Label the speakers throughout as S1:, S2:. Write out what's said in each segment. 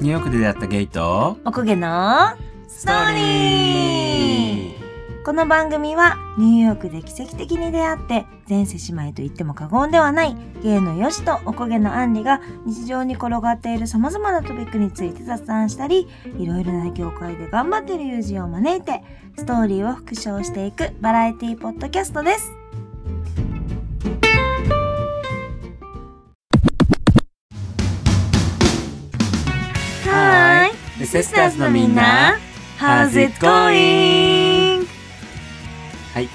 S1: ニューヨークで出会ったゲイと
S2: おこげの
S1: ス
S2: トーリーこの番組はニューヨークで奇跡的に出会って前世姉妹と言っても過言ではない芸のよしとおこげのあんりが日常に転がっている様々なトピックについて雑談したりいろいろな業界で頑張っている友人を招いてストーリーを復唱していくバラエティポッドキャストですはーい
S1: ーい。セスターズのみんな。How's it going? はい。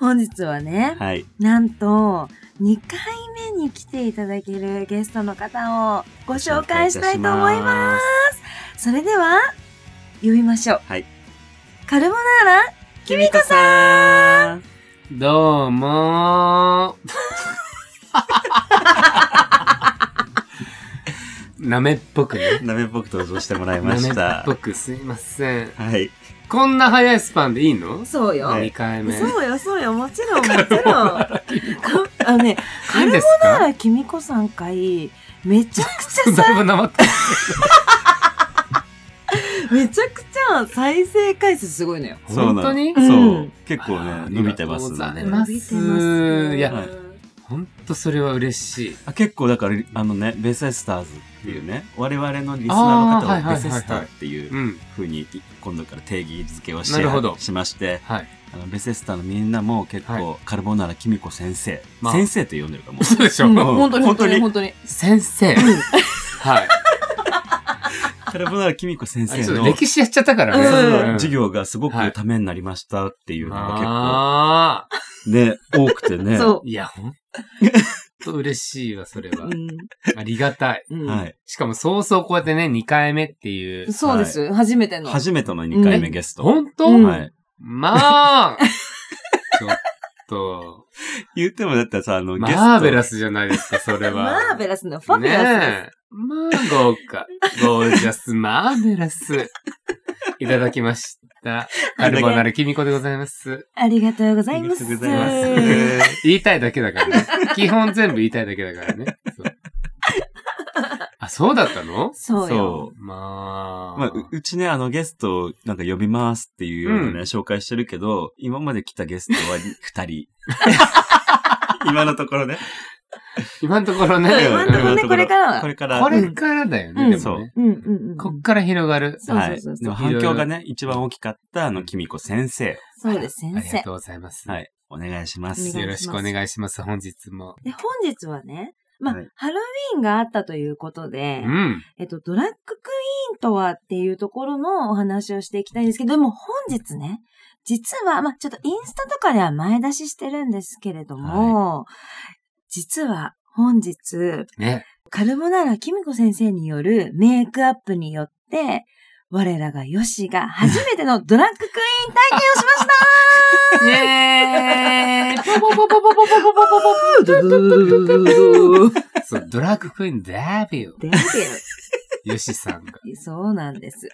S2: 本日はね、
S1: はい。
S2: なんと、2回目に来ていただけるゲストの方をご紹介したいと思います。それでは、呼びましょう。
S1: はい
S2: カルボナーラ、キミコさん
S3: どうも ー。なめっぽくね。
S1: なめっぽく登場してもらい
S3: な
S1: ま
S3: め
S1: し。
S3: ったぽくすいません。
S1: はい。
S3: こんな早いスパンでいいの
S2: そうよ。
S1: はい
S3: 二回目。
S2: そうよ、そうよ、もちろん、もちろん。かあのね、カ
S3: いい
S2: ルボ
S3: んです
S2: ナー
S3: か
S2: ラ、キミコさん回、めちゃくちゃ
S3: だ
S2: さ、
S3: いぶなまった。
S2: めちゃくちゃ再生回数すごいのよ。。
S1: そうなの
S3: 本当に
S1: そううん結構
S3: あ
S1: ね、
S3: ー
S1: 伸びてますの
S3: あ
S1: で
S3: りがとうござい
S1: ね。
S3: ます
S2: 伸びてます
S3: いや
S1: はい
S3: ほんとそれは嬉しい。
S1: あ結構だから、あのね、ベセスターズっていうね、我々のリスナーの
S3: あーはい
S1: 方を
S3: はいはい
S1: ベ
S3: はい
S1: セスターっていう
S3: うん。
S1: ふうに今度から定義付けをし
S3: なるほど
S1: しまして、
S3: はい。
S1: あのベセスターのみんなも結構、
S3: は
S1: カルボナーラキミコ先生、
S3: まあ
S1: 先生って呼んでるか も。
S3: そうでしょ、
S2: うん
S1: もう
S2: 本当に
S1: 本
S2: 本
S1: 当
S2: 当
S1: に
S2: に本当に。
S3: 先生。はい。
S1: カルボナーラキミコ先
S3: あ
S1: 生
S3: ちょっと
S1: の
S3: 歴史やっちゃったからね。
S2: うん
S3: うん
S1: 授業がすご
S3: は
S1: く
S3: い
S1: ためになりましたっていうのが
S3: ああ。
S1: 結構ね、多くてね。
S2: そ
S3: いや、ほんと嬉しいわ、それ
S2: う。
S3: は
S2: う。ん
S3: ありがたい。
S2: うん
S1: はい。
S3: しかもそうそうこうやってね、2回目っていう。
S2: そうです、初めての。
S1: 初めての2回目ゲスト。
S3: ほんと、
S2: うん
S1: はい。
S3: まあ ちょっと、
S1: 言ってもだってさ、あの、ゲスト。
S3: マーベラスじゃないですか、それは。
S2: マーベラスのファビュラスです。
S3: ねえまあ、豪華。ゴージャス、マーベラス。いただきました。アルボナルキミコでございます。
S2: ありがとうございます。
S1: ありがとうございます
S3: 言いたいだけだからね。 基本全部言いたいだけだからね。そうあ、そうだったの
S2: そう
S1: そ
S2: よ。
S1: う。
S3: まあ。
S1: まあ、ううちね、あの、ゲストをなんか呼びますっていうようなね、
S3: うん
S1: 紹介してるけど、今まで来たゲストは2人。今のところね。
S3: 今のところね。
S2: 今のところね
S1: うん
S2: これからは
S1: これから。
S3: これからだよね、
S2: うん
S3: でも
S1: そ
S3: ね
S1: う。
S2: うんうんうん。
S3: こっから広がる。
S2: そう
S1: は
S2: そ
S1: いう
S2: そう。
S1: でも
S2: そう。
S1: 反
S3: いろいろ
S1: 響がね、一番大きかった、あの、キミコ先生。
S2: そうです、先
S3: ありが
S2: 生。
S3: とうございます。
S1: はい。お願いしま
S2: お
S1: す。
S2: 願い
S3: よろ
S2: し
S3: し
S2: ま
S3: く
S2: す
S3: お願いします、本日も。
S2: で、本日はね、まあ、
S1: はい
S2: ハロウィーンがあったということで
S3: う、ん。
S2: えっと、ドラッグクイーンとはっていうところのお話をしていきたいんですけど、でも本日ね、実は、まあ、ちょっとインスタとかでは前出ししてるんですけれども、実は本日、
S3: ね。
S2: カルボナーラキミコ先生によるメイクアップによって、我らがヨシが初めてのドラッグクイーン体験をしました
S3: イエ ーイポポポポポポポポポポポそう、ドラッグクイーンデビュー。
S2: デ
S3: ヨシさんが。
S2: ビューそうなんです。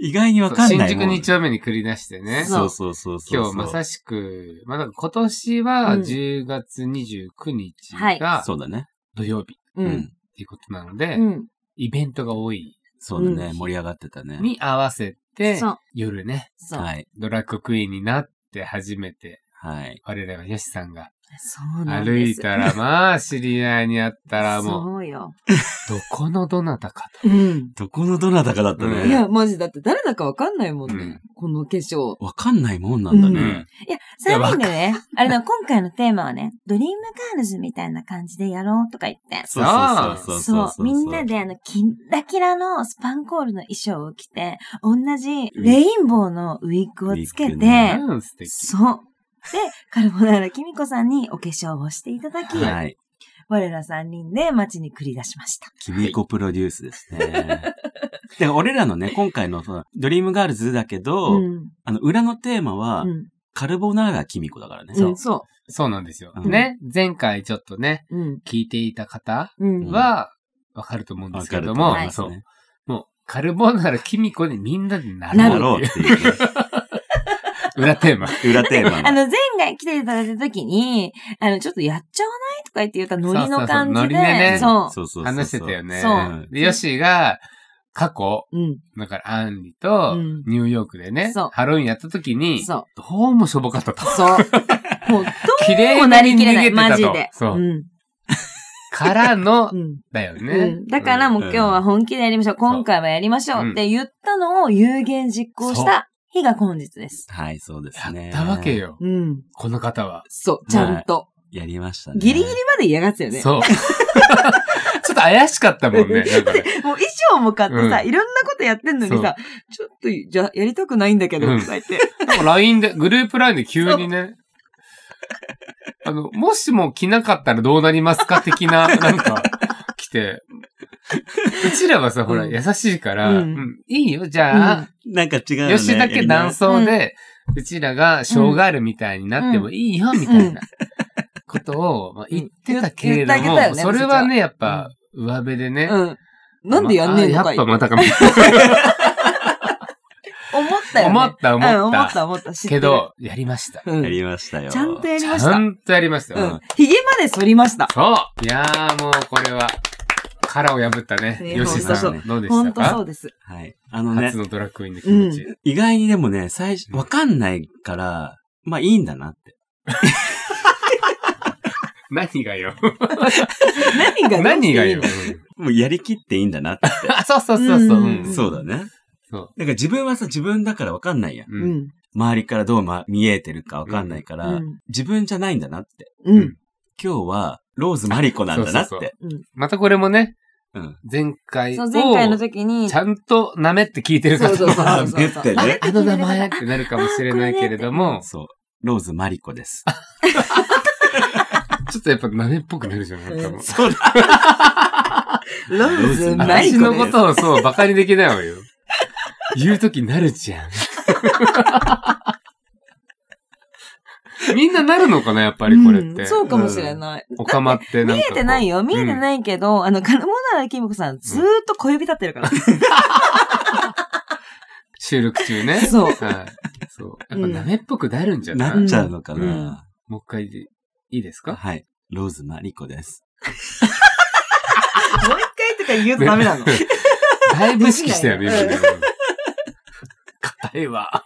S1: 意外にわかん
S3: 新
S1: ない
S3: 宿
S1: もん。
S3: 2丁目に繰り出してね。
S1: そうそうそうそう。
S3: 今日まさしく、まあ、だから今年は
S2: うん
S3: 10月29日
S2: は
S3: が
S1: そうだね。
S3: 土曜日っ
S2: う。
S1: うんん。
S3: ていうことなので、
S2: うん。
S3: イベントが多い
S1: そうだね
S2: う。ん
S1: 盛り上がってたね。
S3: に合わせて
S2: そう、
S3: 夜ね、
S2: そう。
S1: はい。
S3: ドラッグクイーンになって初めて、
S1: はい。
S3: 我らがヨシさんが
S2: そうなん
S3: 歩
S2: で
S3: い
S2: す。
S3: たら、まあ、知り合いに会ったら、もう、
S2: そうよ。
S3: どこのどなたかと。
S2: うん。
S1: どこのどなたかだった
S3: うん
S2: い
S1: ね。
S2: や、マジだって誰だかわかんないもんね。
S3: うん
S2: この化粧。
S1: わかんないもんなんだね。
S2: いや、
S3: いや
S2: 3人でね、あれだ、今回のテーマはね、ドリームガールズみたいな感じでやろうとか言って。
S1: そうそうそうそうそう。
S2: みんなであの、キラキラのスパンコールの衣装を着て、同じレインボーのウィッグをつけ
S1: ウィッグ
S2: て、
S1: ね
S3: うん、素敵。
S2: そう。で、カルボナーラキミコさんにお化粧をしていただき、
S1: はい。
S2: 我ら3人で街に繰り出しました。
S1: キミコプロデュースですね。で、俺らのね、今回のそのドリームガールズだけど、
S2: うん。
S1: あの、裏のテーマ
S2: う
S1: は、
S2: ん。
S1: カルボナーラキミコだからね。
S2: うんそ
S3: そうなんですよ。
S1: うん
S3: ね、前回ちょっとね、
S2: う。うん。
S3: 聞いていた方
S2: うん。
S3: は、わかると思うんで
S1: わ
S3: す
S1: か
S3: け
S1: ると
S3: ど
S1: 思
S3: も
S1: い、ます
S3: そう。
S1: ね。
S3: もう、カルボナーラキミコでみんなでな
S2: な
S3: ろ
S1: な
S3: う
S1: ろ
S3: っ
S1: う
S3: て
S1: っ
S3: いう。
S1: ていうね。
S3: 裏テーマ。
S1: 裏テーマ
S2: あ
S1: の。
S2: の、前回来ていただいた時に、あの、ちょっとやっちゃわないとか言って言ったノリの感じで、
S3: そうそうそうノリでね
S2: そう
S1: そうそうそうそう
S3: 話してたよね。
S2: そう
S3: で、ヨッシーが、過去、
S2: うん。
S3: だから、アンリと
S2: うん、
S3: ニューヨークでね、
S2: そう
S3: ハロウィンやった時に、
S2: そう。
S3: どうもしょぼかったと。
S2: そう。もう、ど
S3: 綺
S2: う
S3: 麗
S2: もなりきれ ない。
S3: に逃げ
S2: マ
S3: て
S2: ジ
S3: たと
S2: で。
S3: そうう。
S2: ん。
S3: からの
S2: う、ん。
S3: だよ
S2: う
S3: ね
S2: ん。だからもう今日は本気でやりましょう。今回はやりましょうって言ったのを有言実行した日が本日です。
S1: はい、そうです
S3: や
S1: ね。
S3: ったわけ。よ。
S2: うん。
S3: この方は。
S2: そう、ちゃんと。
S1: やりましたね。
S2: ギリギリまで嫌がってたよね。
S3: そう。 ちょっと怪しかったもん ね。なんかね
S2: もう衣装も買ってさ、
S3: う
S2: いろんなことやってんのにさ、ちょっと、じゃあやりたくないんだけど、
S3: うん
S2: とか言って。
S3: でも LINE で、グループ LINE で急にね、あの、もしも着なかったらどうなりますか的 な、なんか、来て。うちらはさ、ほら、
S2: うん
S3: 優しいから、
S2: うん
S3: うんいいよ、じゃあ、
S1: なんか違うのね。
S3: 吉田家断層で、うちらが小ガールみたいになってもいいよ、みたいなことを、まあ、言ってたけ
S2: 言
S3: れど
S2: ってあげたよ
S3: も、
S2: ね
S3: それはね、やっぱ、上辺でね。
S2: うん。なんでやんねえの
S3: まあ
S2: か
S3: あ
S2: い
S3: やっぱまたかも。
S2: 思ったよね。
S3: 思った、思
S2: うん思
S3: っ。
S2: ったた、思った。知って
S3: け
S2: る、
S3: ど、やりました。
S2: うん
S1: やりましたよ。
S2: ちゃんとやりまし
S3: ち
S2: た。
S3: ゃ
S2: うん
S3: とやりましたよ。
S2: ん。髭まで剃りました。
S3: そういやーもうこれは、殻を破ったね。
S2: ね
S3: ヨシ
S1: ほ
S3: さ
S1: んと
S3: ん、どうで
S2: ほ
S3: した
S2: んとそ
S3: か
S2: うです。
S1: はい。あのね
S3: 初、のドラッグインの気持ち。
S1: 意外にでもね、最初、わかんないから、まあいいんだなって。
S3: 何がよ。
S2: 何が
S3: 何がよ。
S1: もうやりきっていいんだなって。
S3: あ、そうそうそうそう。
S2: うん
S3: うん
S1: そうだね。
S3: そう。
S1: なんか自分はさ、自分だからわかんないやん。
S2: う
S3: うん
S2: ん。
S1: 周りからどう、ま、見えてるかわかんないか
S2: う
S1: ら、
S2: ん。
S1: 自分じゃないんだなって。
S2: うん。
S1: 今日は、ローズマリコなんだなっ
S3: そうそう
S1: て。
S3: またこれもね、
S1: うん
S3: 前回
S2: そ
S3: を
S2: う、、前回の時に、
S3: ちゃんと舐めって聞いてる
S2: そう
S3: 方
S2: そうそう
S3: は、
S2: そうそうそ
S1: 出
S2: う。
S1: てね
S2: あれ
S3: あの名前ってなるかもしれないけれども、
S1: そう。ローズマリコです。
S3: ちょっとやっぱ舐めっぽくなるじゃん、なんかもう。
S1: そうだ。
S2: ローズ
S1: ローズ
S2: マリ
S3: 私
S2: コ
S3: の
S2: で
S3: こ
S2: す。
S3: とをそう、馬鹿にできないわよ。言うときなるじゃん。みんななるのかな、やっぱりこれっ
S2: う
S3: て。
S2: んそうかもしれない。
S3: おかまってなんかこう。
S2: 見えてないよ。見えて
S3: い。
S2: ないけど、あの、カルモナーラキムコさん、ずーっと小指立ってるから。
S3: 収録中ね。
S2: そう
S3: はい。そう。やっぱ舐めっぽくなるんじゃない、
S1: なっちゃうのかな、
S3: もう一回で、いいですか
S1: はい。ローズマリコです。
S2: もう一回とか言 うとダメな の。
S3: だいぶ意識したよね、
S2: でき
S3: 今
S2: な
S3: ね。硬い わ。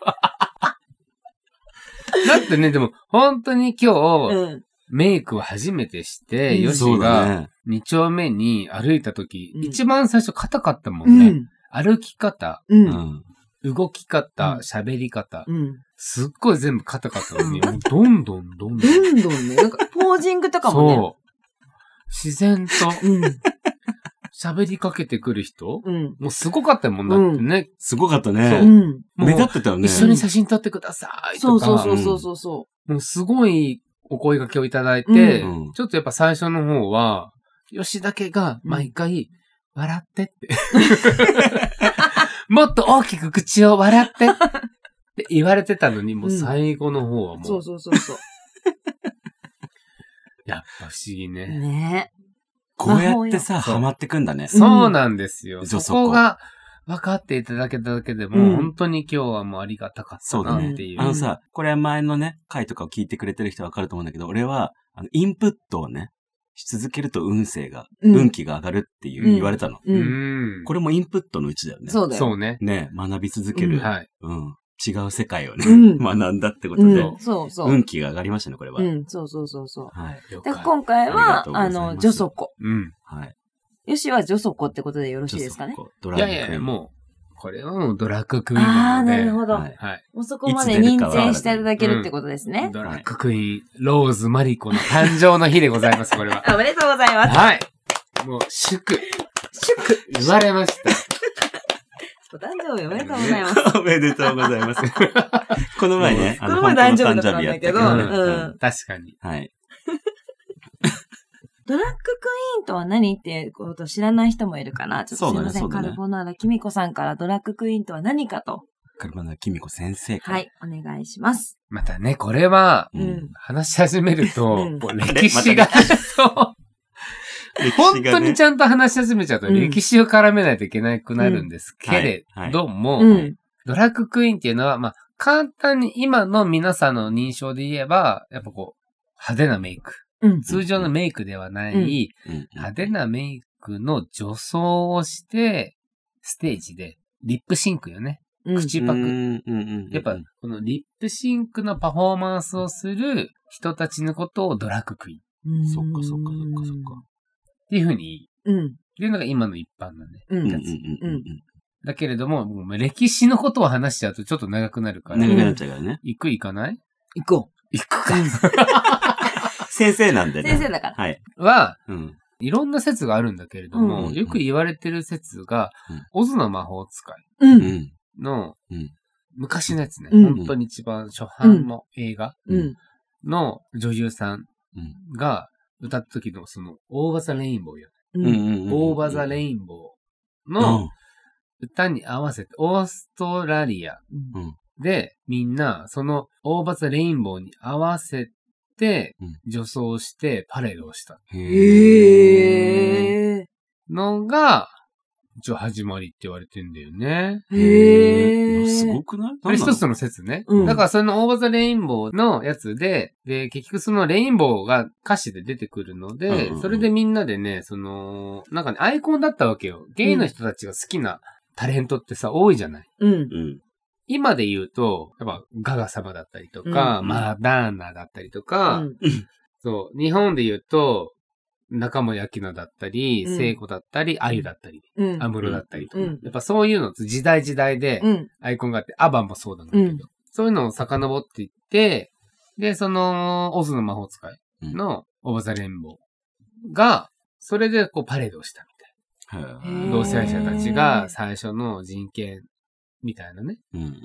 S3: だってね、でも、本当に今日、
S2: うん。
S3: メイクを初めてして、
S2: うん
S3: ヨ
S1: そ
S3: シ
S1: う
S3: が、
S1: だね。
S3: 二丁目に歩いた時、
S2: うん
S3: 一番最初硬かったも
S2: うん
S3: ね。
S2: ん。
S3: 歩き方、
S2: う。
S1: うんん。
S3: 動き方
S2: うん、
S3: 喋、り方、
S2: うん。
S3: すっごい全部硬かったのに、
S2: う
S3: もうどんどんど
S2: ど
S3: んどん。
S2: んどんね、なんか、ポージングとかも
S3: そう。自然と
S2: ね。うん。
S3: 喋りかけてくる人、
S2: うん。
S3: もうすごかったもんだってね。
S1: すごかった
S3: そ
S1: ね。
S2: うん。
S3: もう
S1: 目立ってたよね。
S3: 一緒に写真撮ってください
S2: そ
S3: と
S2: う
S3: か、
S2: そうそうそうそうそ
S3: もうすごいお声掛けをいただいて、
S1: うん
S3: ちょっとやっぱ最初の方は、吉だけが毎回、笑ってって。もっと大きく口を笑ってって言われてたのに、もう最後の方は
S2: う。
S3: もう、
S2: そうそうそうそう。
S3: やっぱ不思議ね。
S2: ね
S1: こうやってさ、
S3: そう
S1: ハマってくんだね。
S3: そうなんですよ。
S1: うん
S3: そ
S1: そこ
S3: こが分かっていただけただけでも、
S2: うん
S3: 本当に今日はもうありがたかった
S1: そうだ
S3: な
S1: ね
S3: っていう。
S1: あのさ、これ前のね、回とかを聞いてくれてる人はわかると思うんだけど、俺は、あの、インプットをね、し続けると運勢が、
S2: うん
S1: 運気が上がるっていう、
S2: うん
S1: 言われたの。
S2: うん
S3: うん。
S1: これもインプットのうちだよね。
S2: そう
S1: う。
S2: だよ。
S3: そうね。
S1: ね、学び続ける。
S2: うん
S3: はい。
S1: うん。違う世界をね、
S2: うん
S1: 学んだってこと
S2: う
S1: で、
S2: ん。そうそう。
S1: 運気が上がりましたね、これは。
S2: うん。そうそうそうそう。
S1: はい。
S3: 了
S2: で
S3: 解。
S2: 今回
S1: あ
S2: は、
S1: りがとうござ
S2: あ
S1: います
S2: の、女祖子。
S3: うん。
S1: はい。
S2: よしは女祖子ってことでよろしいですかね
S1: ち。ょっとこうドラ
S3: い
S1: イブ
S3: やいやいや、
S1: う。
S3: もう、これはもうドラッグクイーン
S2: ああー、
S3: なので。
S2: なるほど。
S1: は
S2: も
S1: い。
S3: はい。
S2: うそこまで認定していただけるってことですね。
S3: ドラッグクイーン、ローズ・マリコの誕生の日でございます、これ は。
S2: おめでとうございます。
S3: はい。もう、祝。祝。言われました。
S2: お誕生日おめでとうございま す。
S1: おめでとうございます。 この前ね、
S2: こ
S1: あ
S2: の
S1: 本
S2: 前大
S1: 当
S2: 丈夫だ
S1: の
S2: ったんだけど、う
S1: 誕生日や
S3: 誕
S1: ったけどね
S2: ん。
S3: 確かに。
S1: はい。
S2: ドラッグクイーンとは何っていうことを知らない人もいるから、ちょっとすいません、
S1: そうだねそ
S2: カ
S1: うだね
S2: ルボナーラキミコさんからドラッグクイーンとは何かと、
S1: カルバナキミコ先生から。
S2: はい、お願いします。
S3: またね、これは、
S1: うん
S2: うん
S3: 話し始めると、
S2: うん
S3: もう歴史が、
S1: あれまた
S3: そう本当にちゃんと話し始めちゃうと、
S2: うん
S3: 歴史を絡めないといけなくなるんですけれども、
S1: うんはい
S2: うん。
S3: ドラッグクイーンっていうのは、まあ、簡単に今の皆さんの認証で言えば、やっぱこう、派手なメイク。
S2: うん
S3: 通常のメイクではない、
S2: うん
S1: うん
S3: 派手なメイクの女装をして、ステージで、リップシンクよね。口パク
S1: うんうんうん
S3: やっぱ、このリップシンクのパフォーマンスをする人たちのことをドラッグクイーンっ
S2: うん
S1: そっかそっかそっかそっか。
S3: ていうふうに、
S2: うん。
S3: っていうのが今の一般なんで。
S2: う
S1: うんうん
S2: ん。
S1: うんうん
S3: だけれども、もう歴史のことを話しちゃうとちょっと長くなるか
S1: うん。
S3: ら、
S1: 長くなっちゃうからね。
S3: 行く行かない
S2: 行こ
S3: 行くか。
S1: 先生なんで
S2: う。
S1: ね。
S2: 先生だから。。
S1: はい。
S3: は、
S1: うん。
S3: いろんな説があるんだけれども、
S1: うん
S3: よく言われてる説が、オズの魔法使いう
S1: うんん。
S3: の
S1: うん、
S3: 昔のやつね、
S2: うん
S3: 本当に一番初版の映画
S2: うん。
S3: の女優さん
S1: うん
S3: が歌った時のその、オーバーザレインボーよ。
S2: う。
S1: うんん。うん
S3: オーバーザレインボー
S1: うん
S3: の歌に合わせて、オーストラリアでみんな、そのオーバーザレインボーに合わせて
S1: うん、
S3: 女装してパレードをした
S1: へえ。
S2: へえ。
S3: のが、一応始まりって言われてんだよね。
S2: へえ。
S1: すごくない
S3: これ一つ
S1: の。
S3: の説ね。
S2: うん
S3: だからそのオーバーザレインボーのやつで、で、結局そのレインボーが歌詞で出てくるので、
S1: うんうんうん
S3: それでみんなでね、その、なんかね、アイコンだったわけよ。ゲイの人たちが好きなタレントってさ、多いじゃない。
S2: うん。
S1: うん。
S3: 今で言うと、やっぱガガ様だったりとか、
S1: うん
S3: マダーナだったりと
S2: う
S3: か、
S2: ん。
S3: そう、日本で言うと、中森明菜だったり、
S2: うん
S3: 聖子だったり、あゆだったり、
S2: うん。
S3: 安室だったりとか、
S2: うん
S3: やっぱそういうのって時代時代で、
S2: うん。
S3: アイコンがあって、アバンもそうなんだけど、
S2: うん
S3: そういうのを遡っていって、で、その、オズの魔法使いのオーバーザレインボーが、それでこうパレードをしたみた
S1: へ
S2: へ
S3: い
S1: ー
S2: ー
S3: な。同性愛者たちが最初の人権みたいなね、
S1: うんうん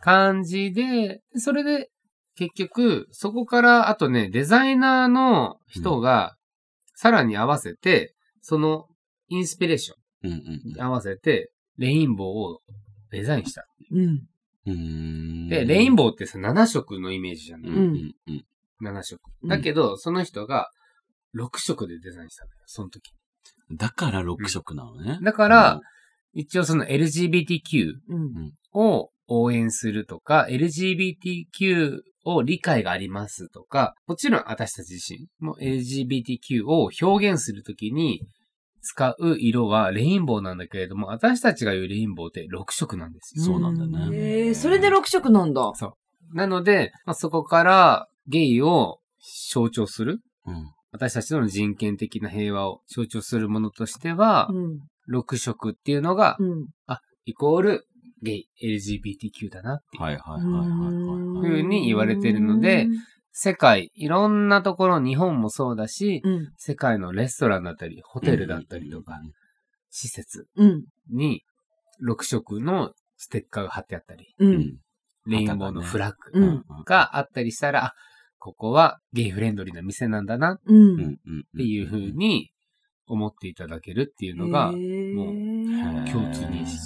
S3: 感じで、それで結局、そこから、あとね、デザイナーの人が、さらに合わせて、そのインスピレーショ
S1: うん
S3: ンに合わせて、レインボーをデザインした。
S2: うん。
S1: うんうん。
S3: で、レイン
S1: ボ
S3: ボーってさ、7色のイメージじゃない、
S1: うんうんうん。
S3: 7色。
S2: うん
S3: だけど、その人が6色でデザインしたのよ、その時。
S1: だから6色なのね。
S3: だから、一応その LGBTQ
S2: うん。
S3: を応援するとか、LGBTQ を理解がありますとか、もちろん私たち自身も LGBTQ を表現するときに使う色はレインボーなんだけれども、私たちが言うレインボーって6色なんですよ。
S1: そうなんだね
S2: へえ、それで6色なんだ。
S3: なので、まあ、そこからゲイを象徴する
S1: うん、うん
S3: 私たちの人権的な平和を象徴するものとしては
S2: う、ん。
S3: 6色っていうのが、
S2: うん。
S3: イコール、ゲイ、LGBTQ だなっていう、
S1: はいはいはいはいはい。
S3: ふうに言われてるので世界、いろんなところ、日本もそうだし、
S2: うん。
S3: 世界のレストランだったり、ホテルだったりとか、施設
S2: うん。
S3: に、6色のステッカーが貼ってあったり、
S2: う。
S1: うんん。
S3: レインボーのフラッ
S1: う
S2: う旗
S1: ん
S2: ん
S3: グがあったりしたら、あここはゲイフレンドリーな店なんだなっ
S1: う
S2: う。
S1: んんうん。って
S3: いうふうに思っていただけるっていうのが、
S2: も
S3: 共通認識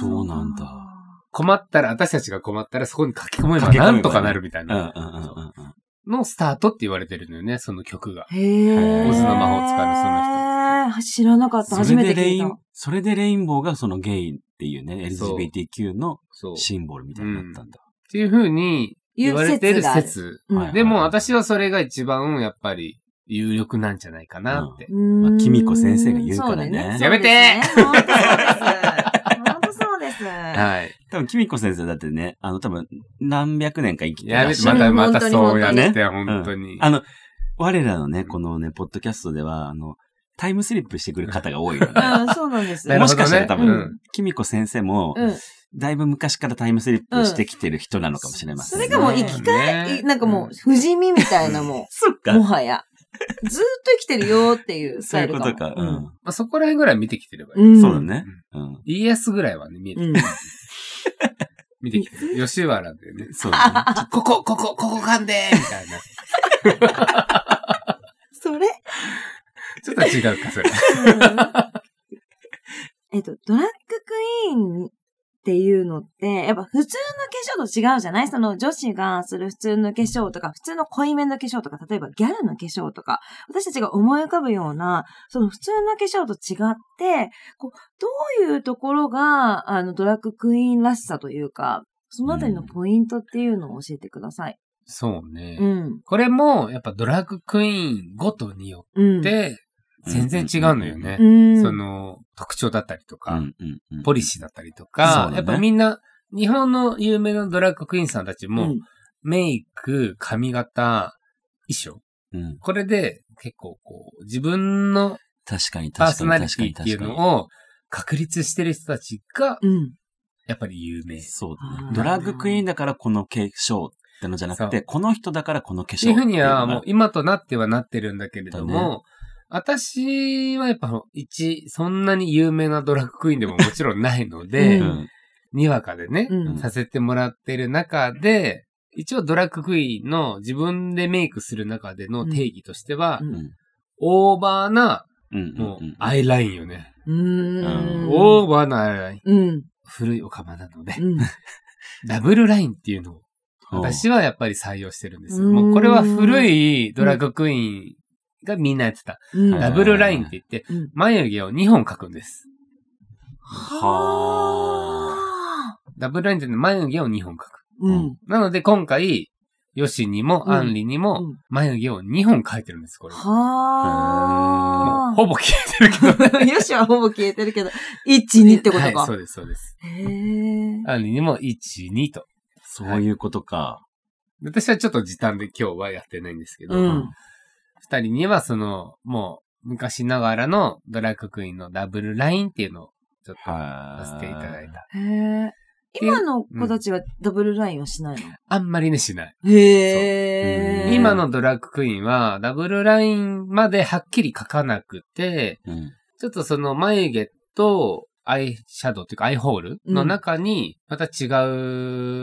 S1: そうなんだ。
S3: 困ったら、私たちが困ったらそこに書き込めばなんとかなるみたい
S1: うんうんう
S3: な、
S1: んうんうん。
S3: のスタートって言われてるのよね、その曲が。
S2: へえ。
S1: オズの
S3: 魔法使いのそ
S2: の人。知らなかった。初めて聞
S1: それでレ
S2: い
S1: イン
S2: た。
S1: それでレインボーがそのゲイっていうね、
S3: そう
S1: LGBTQ の
S3: そう。っ
S1: シンボルみたいになったんだ。
S3: ていう風に言われてる説。
S2: うん
S1: はい
S3: でも私はそれが一番やっぱり有力なんじゃないかなって。
S2: ま
S1: まあ公子先生が言うからね
S3: やめて
S2: 本当そうです。本
S3: はい。
S1: 多分、キミコ先生だってね、あの、多分、何百年か生きて
S3: や
S1: ら
S3: め
S1: っ
S3: て、
S1: しゃ
S3: ま
S1: る。
S3: た
S2: 本
S3: また
S2: 当に
S3: そうやって、
S1: う
S3: 本
S1: ん
S3: 当に。
S1: あの、我らのね、このね、ポッドキャストでは、あの、タイムスリップしてくる方が多 いよ
S2: 当そ
S1: ね。
S2: うです。うん、そうなんです。
S3: なる
S1: も
S3: ほ
S1: し
S3: どね
S1: かしたら多
S3: うん
S1: 分、キミコ先生も、
S2: うん。
S1: だいぶ昔からタイムスリップしてきてる人なのかもしれません、
S2: それがもう生きえなんかもう、不死身みたい なも
S1: そっ
S2: ん。も
S1: か。
S2: はや。ずーっと生きてるよっていうス
S1: そう
S2: タ
S1: い
S2: イ
S1: う
S2: ル
S1: こ
S2: かも。
S1: とか。うん。
S3: まあそこら辺ぐらい見てきてればいい。
S2: うん。
S1: そうだね。うん。
S3: イエスぐらいはね、見えて
S2: うん。
S3: 見てきてる。吉原でね。
S1: そう だね。
S3: ここ、ここ、ここ噛んでみたいな。
S2: それ、
S3: ちょっと違うか、それ。
S2: えっと、ドラッグクイーンっていうのって、やっぱ普通の化粧と違うじゃないその女子がする普通の化粧とか、普通の濃いめの化粧とか、例えばギャルの化粧とか、私たちが思い浮かぶような、その普通の化粧と違って、こうどういうところが、あの、ドラッグクイーンらしさというか、そのあたりのポイントっていうのを教えてください。
S3: そうね。
S2: うん。
S3: これも、やっぱドラッグクイーンごとによ
S2: うん。
S3: って、全然違うのよね
S2: う。ん、
S3: その、特徴だったりと
S1: う
S3: か、
S1: んうんうん。
S3: ポリシーだったり
S1: そ
S3: と
S1: うだ
S3: か、
S1: ね
S3: やっぱみんな、日本の有名なドラッグクイーンさんたち
S2: う
S3: も、
S2: ん
S3: メイク、髪型、衣装。
S1: うん。
S3: これで、結構こう、自分の
S1: 確かに
S3: パー
S1: 確
S3: ソ
S1: かに
S3: ナ
S1: 確か
S3: リテ
S1: に
S3: ィってい
S1: 確か
S3: う
S1: に。
S3: のを、確立してる人たちが、
S2: うん。
S3: やっぱり有名。っ
S1: そうだ
S2: あー
S1: ね。ドラッグクイーンだからこの化粧ってのじゃなく
S3: そ
S1: て、この人だからこの化
S3: てい
S1: 粧
S3: うふうには、
S1: ってい
S3: も
S1: の
S3: う
S1: が
S3: 今となってはなってるんだけれど
S1: だ
S3: も、私はやっぱ、一、そんなに有名なドラッグクイーンでももちろんないので、
S2: う
S1: うんん。
S3: にわかでね、
S2: うん
S3: させてもらってる中で、一応ドラッグクイーンの自分でメイクする中での定義としては、
S2: うん
S3: オーバーな、
S1: うんうん
S3: もう
S1: うん、
S3: アイラインよね。
S2: うーん。
S3: オーバーなアイライン。
S2: うん。
S3: 古いお釜なので、
S2: うん。
S3: ダブルラインっていうのを、
S1: うん
S3: 私はやっぱり採用してるんですよ。
S2: うん
S3: もうこれは古いドラッグクイーンがみんなやってた。
S2: うん。
S1: はい
S3: ダブルラインって言って、
S2: うん
S3: 眉毛を2本描くんです。
S2: はあ。
S3: ダブルラインって言って眉毛を2本描く。
S2: うん。
S3: なので今回、ヨシにもアンリにも
S2: うん
S3: 眉毛を2本描いてるんです、これ。もう
S2: は
S3: ほぼ消えてるけど。
S2: あ。 よしはほぼ消えてるけど、1、2ってこと
S3: はい、
S2: か
S3: そ。うです、そうです。
S2: へえ。
S3: アンリにも1、2と。
S1: そういうことか。
S3: 私はちょっと時短で今日はやってないんですけど、
S2: う
S3: 二、
S2: ん
S3: 人にはその、もう昔ながらのドラッグクイーンのダブルラインっていうのをちょっと
S1: は
S3: させていただい。た。
S2: へえ。今の子たちはダブルラインはしないの
S3: あんまりね、しない。
S2: へ
S1: そう
S2: え。
S1: うん
S3: 今のドラッグクイーンはダブルラインまではっきり書かなくて、
S1: うん。
S3: ちょっとその眉毛とアイシャドウっていうかアイホールの中に、また違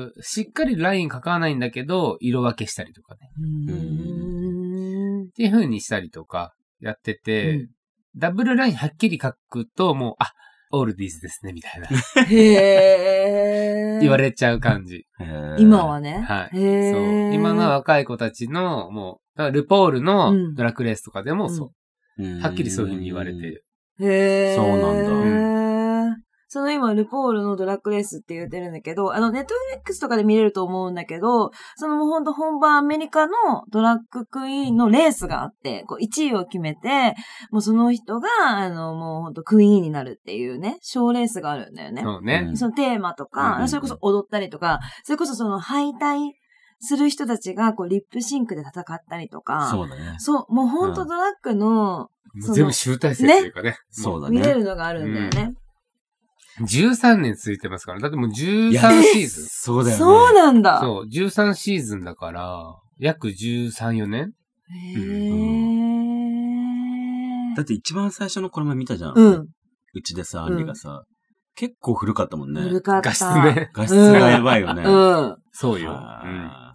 S3: う、しっかりライン書かないんだけど、色分けしたりとかね。
S2: うーん。
S3: っていう風にしたりとかやってて、
S2: うん
S3: ダブルラインはっきり書くと、もう、あ、オールディーズですね、みたいな。
S2: へえ。
S3: 言われちゃう感じ。
S1: へー
S2: 今はね。
S3: はい。
S2: へえ。
S3: そう。今の若い子たちの、もう、だからルポール
S2: うん
S3: のドラクレースとかでも、そう、
S1: うん
S3: はっきりそういう風に言われてる。
S2: へえ。
S1: そうなんだ
S2: だ。その今、ルポールのドラッグレースって言ってるんだけど、あの、ネットフリックスとかで見れると思うんだけど、そのもうほんと本場アメリカのドラッグクイーンのレースがあって、こう1位を決めて、もうその人が、あの、もうほんとクイーンになるっていうね、賞レースがあるんだよね。
S3: そうね。
S2: そのテーマと
S1: うんうん
S2: か、
S1: うん
S2: それこそ踊ったりとか、それこそその敗退する人たちが、こう、リップシンクで戦ったりとか、
S1: そうだね。
S2: そう、もうほんと
S1: うん
S2: ドラッグの、
S3: もう全部集大成っていうかね。
S1: そうだ
S2: 見れ
S1: ね。
S2: るのがあるんだよね。
S3: もう13年続いてますから。だってもう13シーズン。
S1: そうだよね。
S2: そうなんだ。
S3: そう、13シーズンだから、約13、4年
S2: へー
S1: だって一番最初のこの前見たじゃん。
S2: うん。
S1: うちでさ、アンリがさ、結構古かったもんね。
S2: 古かった。
S3: 画質 ね。
S1: 画質がやばいよね。
S2: うん。
S3: そうよ。
S1: あー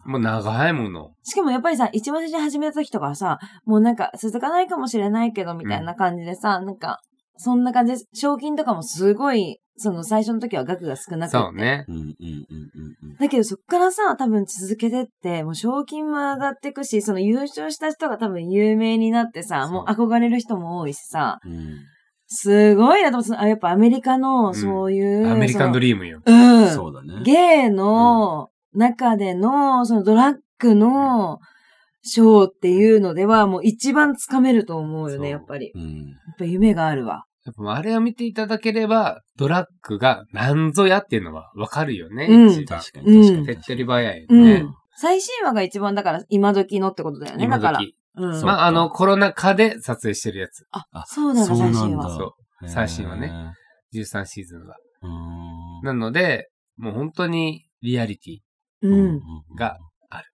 S3: うん。もう長いもの。
S2: しかもやっぱりさ、一番最初に始めた時とかはさ、もうなんか続かないかもしれないけど、みたいな感じでさ、なんか、そんな感じで、賞金とかもすごい、その最初の時は額が少なくて。
S3: そうね。
S1: うんうんうんうんうん。
S2: だけどそっからさ、多分続けてって、もう賞金も上がってくし、その優勝した人が多分有名になってさ、
S3: そう
S2: もう憧れる人も多いしさ、
S1: うん
S2: すごいなと思って、あやっぱアメリカの、
S3: ん
S2: そういう、
S3: アメリカンド
S2: リ
S3: リームよ。
S2: うん。
S1: そうだね。
S2: ゲイの中での、そのドラッグのショーっていうのでは、もう一番つかめると思うよ
S3: そう
S2: ね、やっぱり。
S1: うん。
S2: やっぱ夢があるわ。
S3: やっぱあれを見ていただければ、ドラッグが何ぞやっていうのはわかるよね、
S2: うん
S3: 一番。
S1: 確かに確かに。
S3: 手っ取り早いよ
S2: うん。
S3: ね。
S2: 最新話が一番だから、今時のってことだよね、
S3: 今
S2: だから。
S3: 時。
S2: うん。
S1: そう
S3: まあ、あの、コロナ禍で撮影してるやつ。
S2: あそうなんだ、最新
S1: あ
S2: 話。
S3: そ
S1: へー
S3: 最新はね。う。13シーズンは。
S1: うん
S3: なので、もう本当にリアリティ。
S2: うん。。
S3: があ
S1: る。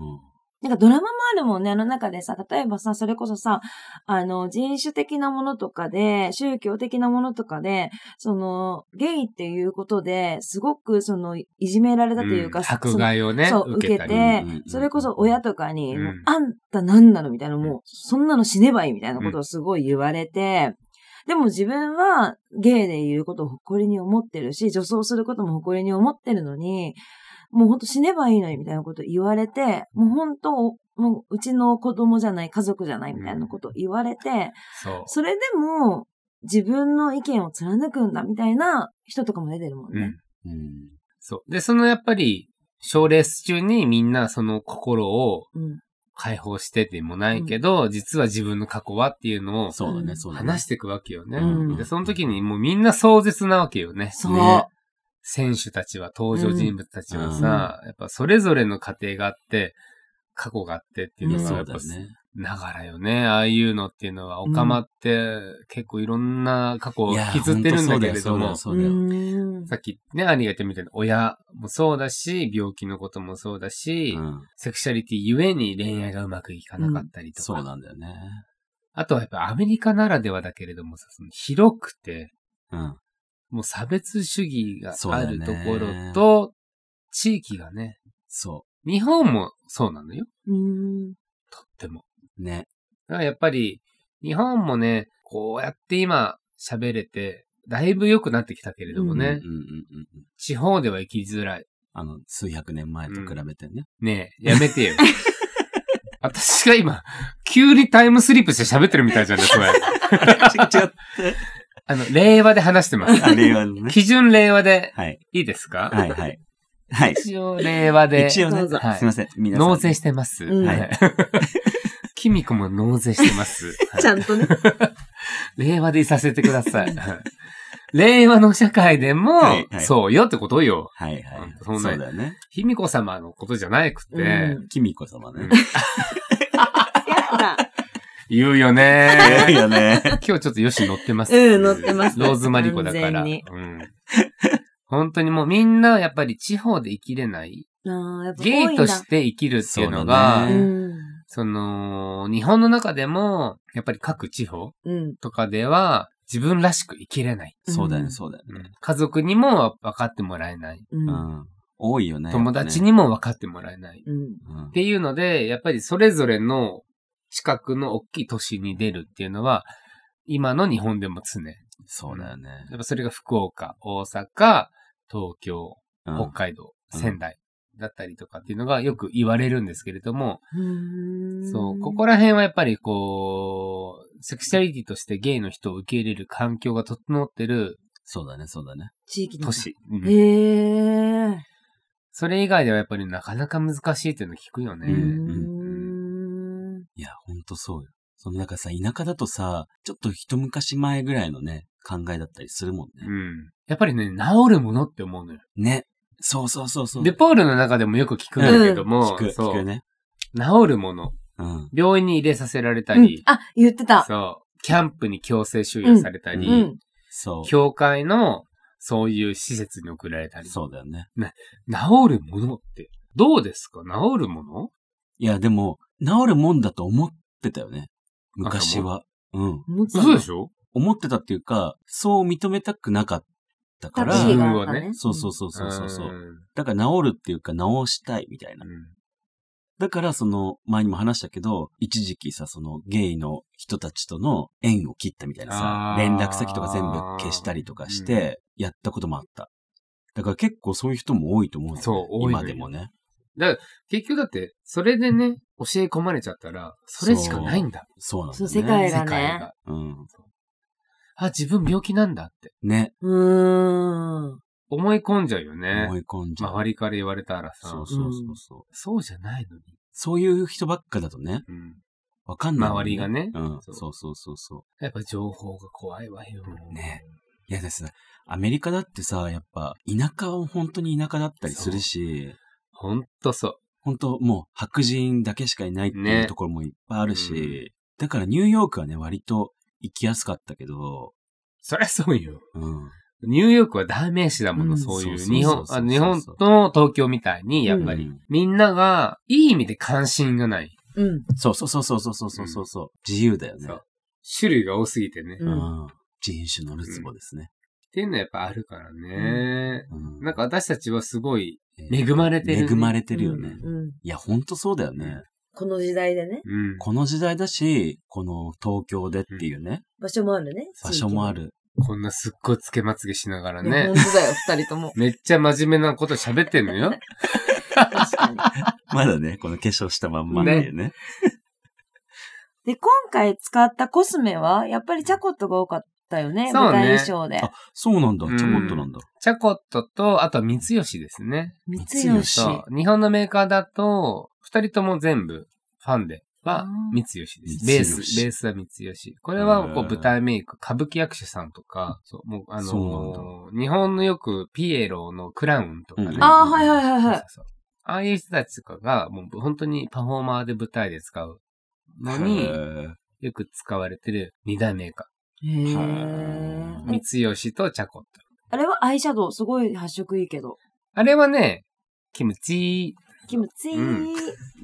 S1: うん
S2: なんかドラマもあるもんね、あの中でさ、例えばさ、それこそさ、あの、人種的なものとかで、宗教的なものとかで、その、ゲイっていうことで、すごくその、いじめられたというか、
S3: うん
S2: そ
S3: 迫害をね
S2: そ、う、受
S3: 受け
S2: け
S3: たり。
S1: うん
S2: て
S1: うんうん、
S2: それこそ親とかに、
S3: うん
S2: もうあんた何なのみたいな、もう、そんなの死ねばいいみたいなことをすごい言われて、でも自分はゲイでいることを誇りに思ってるし、女装することも誇りに思ってるのに、もうほんと死ねばいいのにみたいなこと言われて、もうほんと、もううちの子供じゃない、家族じゃないみたいなこと言われて、
S3: そう。
S2: それでも自分の意見を貫くんだみたいな人とかも出てるもん
S3: う
S2: ね。
S3: ん。
S1: うん
S3: そう。で、そのやっぱり、賞レース中にみんなその心を
S2: うん。
S3: 解放してでもないけど、実は自分の過去はっていうのを
S1: そうだね、そうだね。
S3: 話していくわけよね。
S2: うん
S3: で、その時にもうみんな壮絶なわけよね。
S2: そう。
S1: ね
S3: 選手たちは、登場人物たちはさ、やっぱそれぞれの過程があって、過去があってっていうの
S2: ね
S3: が
S1: そ
S3: やっ
S1: うだ
S3: ぱ
S1: よね。
S3: ながらよね。ああいうのっていうのは、オカマって結構いろんな過去を
S1: いや
S3: 引きずってるんだけれども、
S1: 本当そうだよ、そうだよ、そうだよ。
S2: ん
S3: さっきね、兄が言ったみたいに親もそうだし、病気のこともそうだし、
S1: うん、
S3: セクシャリティゆえに恋愛がうまくいかなかったりとか、
S1: そうなんだよね。
S3: あとはやっぱアメリカならではだけれどもさ、その広くて、
S1: うん。
S3: もう差別主義が
S1: そう
S3: あ
S1: だ
S3: る
S1: ね
S3: ところと、地域がね、
S1: そ
S3: 日本もそうなのよ。
S2: うん。
S3: とっても。
S1: う。ね。
S3: だからやっぱり、日本もね、こうやって今喋れて、だいぶ良くなってきたけれどもね、
S1: うんうんうんうん。
S3: 地方では生きづらい。
S1: あの、数百年前と比べてね。
S3: ねえ、やめてよ。 私が今、急にタイムスリップして喋ってるみたいじ ゃないそれ。
S1: 違う。
S3: あの、令和で話してます。
S1: あれはね。
S3: 基準令和で
S1: はい。
S3: いいですか
S1: はいはい。はい。
S3: 一応令和で。
S1: 一応ね、
S2: どうぞ
S1: はいすいません。皆さん。
S3: 納税してます。
S2: うん
S3: はい。 キミコも納税してます。
S2: ちゃんとね。
S3: 令和でいさせてください。令和の社会でも
S1: はい、はい
S3: そうよってことよ。
S1: はいはい。
S3: そ
S1: そう
S3: なんや
S1: うだよね。
S3: 卑弥呼様のことじゃなくて、
S2: うん
S1: キミコ様ね。
S2: やだ。
S3: 言うよ
S1: 強い
S3: ね。
S1: よね。
S3: 今日ちょっとよし乗ってます。
S2: うん乗ってます
S3: ローズマリコだか
S2: 完
S3: ら。
S2: 全
S3: う
S2: に
S3: ん。本当にもうみんなやっぱり地方で生きれない。
S2: ああ、やっぱ多い
S3: ゲ
S2: んだ。
S3: イとして生きるっていうの
S1: そう
S3: が、
S1: だ
S2: う
S1: ね
S2: ん。
S3: その、日本の中でも、やっぱり各地方
S2: うん。
S3: とかでは、自分らしく生きれない。
S1: そうだよね、そうだよね。
S3: うん家族にも分かってもらえない。
S2: うん。
S1: う
S2: うん
S1: ん。多いよね。
S3: 友達
S1: やっ
S3: にも分かってもらえない。っ
S2: うん。
S1: ぱね。うん
S3: ていうので、やっぱりそれぞれの近くの大きい都市に出るっていうのは、今の日本でも常。や
S1: そうだよね。
S3: っぱそれが福岡、大阪、東京、
S1: うん
S3: 北海道、
S1: うん
S3: 仙台だったりとかっていうのがよく言われるんですけれども、
S2: うん
S3: そう、ここら辺はやっぱりこう、セクシャリティとしてゲイの人を受け入れる環境が整ってる
S1: そうだね、そうだね。
S2: 地域の
S3: 都。市。うん
S2: へえ。
S3: それ以外ではやっぱりなかなか難しいっていうの聞くよ
S2: う
S3: ね。
S2: ん。
S1: いや、ほんとそうよ。そのなんかさ、田舎だとさ、ちょっと一昔前ぐらいのね、考えだったりするもん
S3: う
S1: ね。
S3: ん。やっぱりね、治るものって思うのよ。
S1: ね。そうそうそうそう。
S3: で、ポールの中でもよく聞くんだけども、
S1: 聞く、
S3: そ
S1: 聞く
S3: う、
S1: ね。
S3: 治るもの。
S1: うん。
S3: 病院に入れさせられた
S2: うん
S3: り、
S2: あ、言ってた。
S3: そう、キャンプに強制収容されたり、
S1: うん
S2: うん。
S1: そう。
S3: 教会のそういう施設に送られたり、治
S1: そうだよね。
S3: るものって、どうですか治るもの
S1: いや、でも、治るもんだと思ってたよね。昔は。うん。
S2: 思ってた
S3: 嘘でしょ
S1: 思ってたっていうか、そう認めたくなかったか
S3: だ
S1: ら
S3: っ、
S2: 時
S3: て
S2: 期が
S3: うん
S2: あった
S3: 自分はね
S1: そうそうそうそうそうそうう。
S3: ん
S1: だから治るっていうか治したいみたいな。
S3: うん
S1: だからその前にも話したけど、一時期さ、そのゲイの人たちとの縁を切ったみたいなさ、
S3: あー
S1: 連絡先とか全部消したりとかして、やったこともあった。だから結構そういう人も多いと思うんだよね
S3: そう多いのよ
S1: 今でもね。
S3: 結局だって、それでね、教え込まれちゃったら、それしかないんだ。
S1: そうなんだ、ね。
S2: そう世界
S3: 世
S2: だ
S3: 界
S2: ね
S3: が。
S1: うん。
S3: あ、自分病気なんだって
S1: ね。
S2: うーん。
S3: 思い込んじゃうよね
S1: 思。い込んじゃう。
S3: 周りから言われたらさ。
S1: そうそうそうそう。
S3: そうじゃないのに。
S1: そういう人ばっかだとね、
S3: うん。
S1: わかんないもん、
S3: 周りがね
S1: うん。
S3: そ
S1: そううそうそうそう。
S3: やっぱ情報が怖いわよ。
S1: ねいやですね。アメリカだってさ、やっぱ、田舎は本当に田舎だったりするし、
S3: ほんとそ
S1: 本当もう白人だけしかいないってい
S3: ね
S1: うところもいっぱいあるし、
S3: うん
S1: だからニューヨークはね、割と行きやすかったけど、
S3: う。そりゃそうよ。
S1: うん。
S3: ニューヨークは代名詞だもの、
S2: うん
S3: そういう。
S1: そうそうそうそう
S3: 日本、あ日本と東京みたいに、やっぱり、
S1: うん
S3: みんなが、いい意味で関心がない。
S2: うん。
S1: そうそうそうそうそうそうそうそうそう、自由だよね
S3: そ。う種類が多すぎてね。
S2: う。
S3: っ
S1: うんん。人種のるつぼですね。
S3: ていうのはやっぱあるからね。
S1: うん。
S3: なんか私たちはすごい、
S1: えー、
S3: 恵まれてる。
S1: 恵まれてるよね。
S2: うん。
S1: いや、ほんとそうだよね。
S2: この時代でね、
S3: うん。
S1: この時代だし、この東京でっていうね、
S2: 場所もあるね。
S1: 場所もあ
S2: る。
S1: る。
S3: こんなすっごいつけまつげしながら
S2: いや
S3: ね 。
S2: 本。当だよ、二人とも
S3: めっちゃ真面目なこと喋ってん のよ。
S2: 確かに。
S1: まだね、この化粧したまんまっていうね。
S2: で、今回使ったコスメは、やっぱりチャコットが多かっったよね。
S3: そう
S2: 舞
S3: ね
S2: 台衣装で。
S1: あ、そうなんだ。
S3: うん
S1: チャコットなんだ。
S3: チャコットと、あとは三吉ですね。
S2: 三
S1: 三
S2: 吉。
S3: そう。日本のメーカーだと、二人とも全部ファンでは
S2: うん
S3: 三吉です。
S1: 三
S3: ベー
S1: 吉
S3: ス、ベースは三吉。これはこ
S1: へー
S3: う舞台メイク、歌舞伎役者さんとか、そう、もうあ
S1: そ
S3: の、日本のよくピエロのクラウンとかね。
S1: うん
S2: あーはいはいはいはい
S3: そうそうそうああいう人たちとかが、もう本当にパフォーマーで舞台で使うの
S1: へ
S3: に、
S1: ー
S3: よく使われてる二大メーカ
S2: へー
S1: は
S3: ー。三吉とチャコット。
S2: あれはアイシャドウ、すごい発色いいけど。
S3: あれはね、キムチ
S2: キムチー、
S3: うん